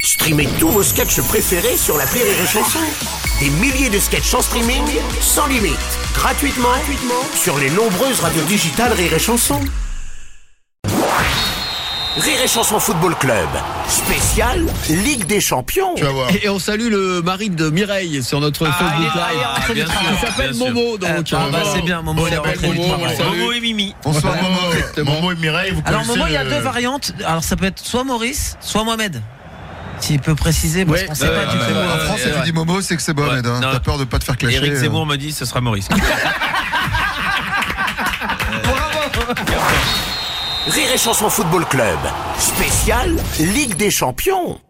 Streamez tous vos sketchs préférés sur la Rire et Chanson. Des milliers de sketchs en streaming, sans limite, gratuitement, gratuitement sur les nombreuses radios digitales Rire et Chanson. Rire et Chanson Football Club, spécial Ligue des Champions. Tu vas voir. Et on salue le mari de Mireille sur notre Facebook Live. bien sûr, Il s'appelle bien sûr. Momo, donc. Ah, bah, euh, c'est bien, Momo, On il est l'appelle rentré du Momo, travail. on le salue. Momo et Mimi. Bonsoir Voilà, Momo. exactement. Momo et Mireille, vous Alors, connaissez Momo, il y a le- deux variantes. Alors, ça peut être soit Maurice, soit Mohamed. S'il peut préciser, parce Ouais, qu'on sait euh, pas du euh, tout. euh, En France, si ouais. tu dis Momo, c'est que c'est Mohamed. hein. Ouais, non. T'as peur de pas te faire clasher. Eric euh. Zemmour me dit ce sera Maurice. Rire et Chanson Football Club, spécial Ligue des Champions.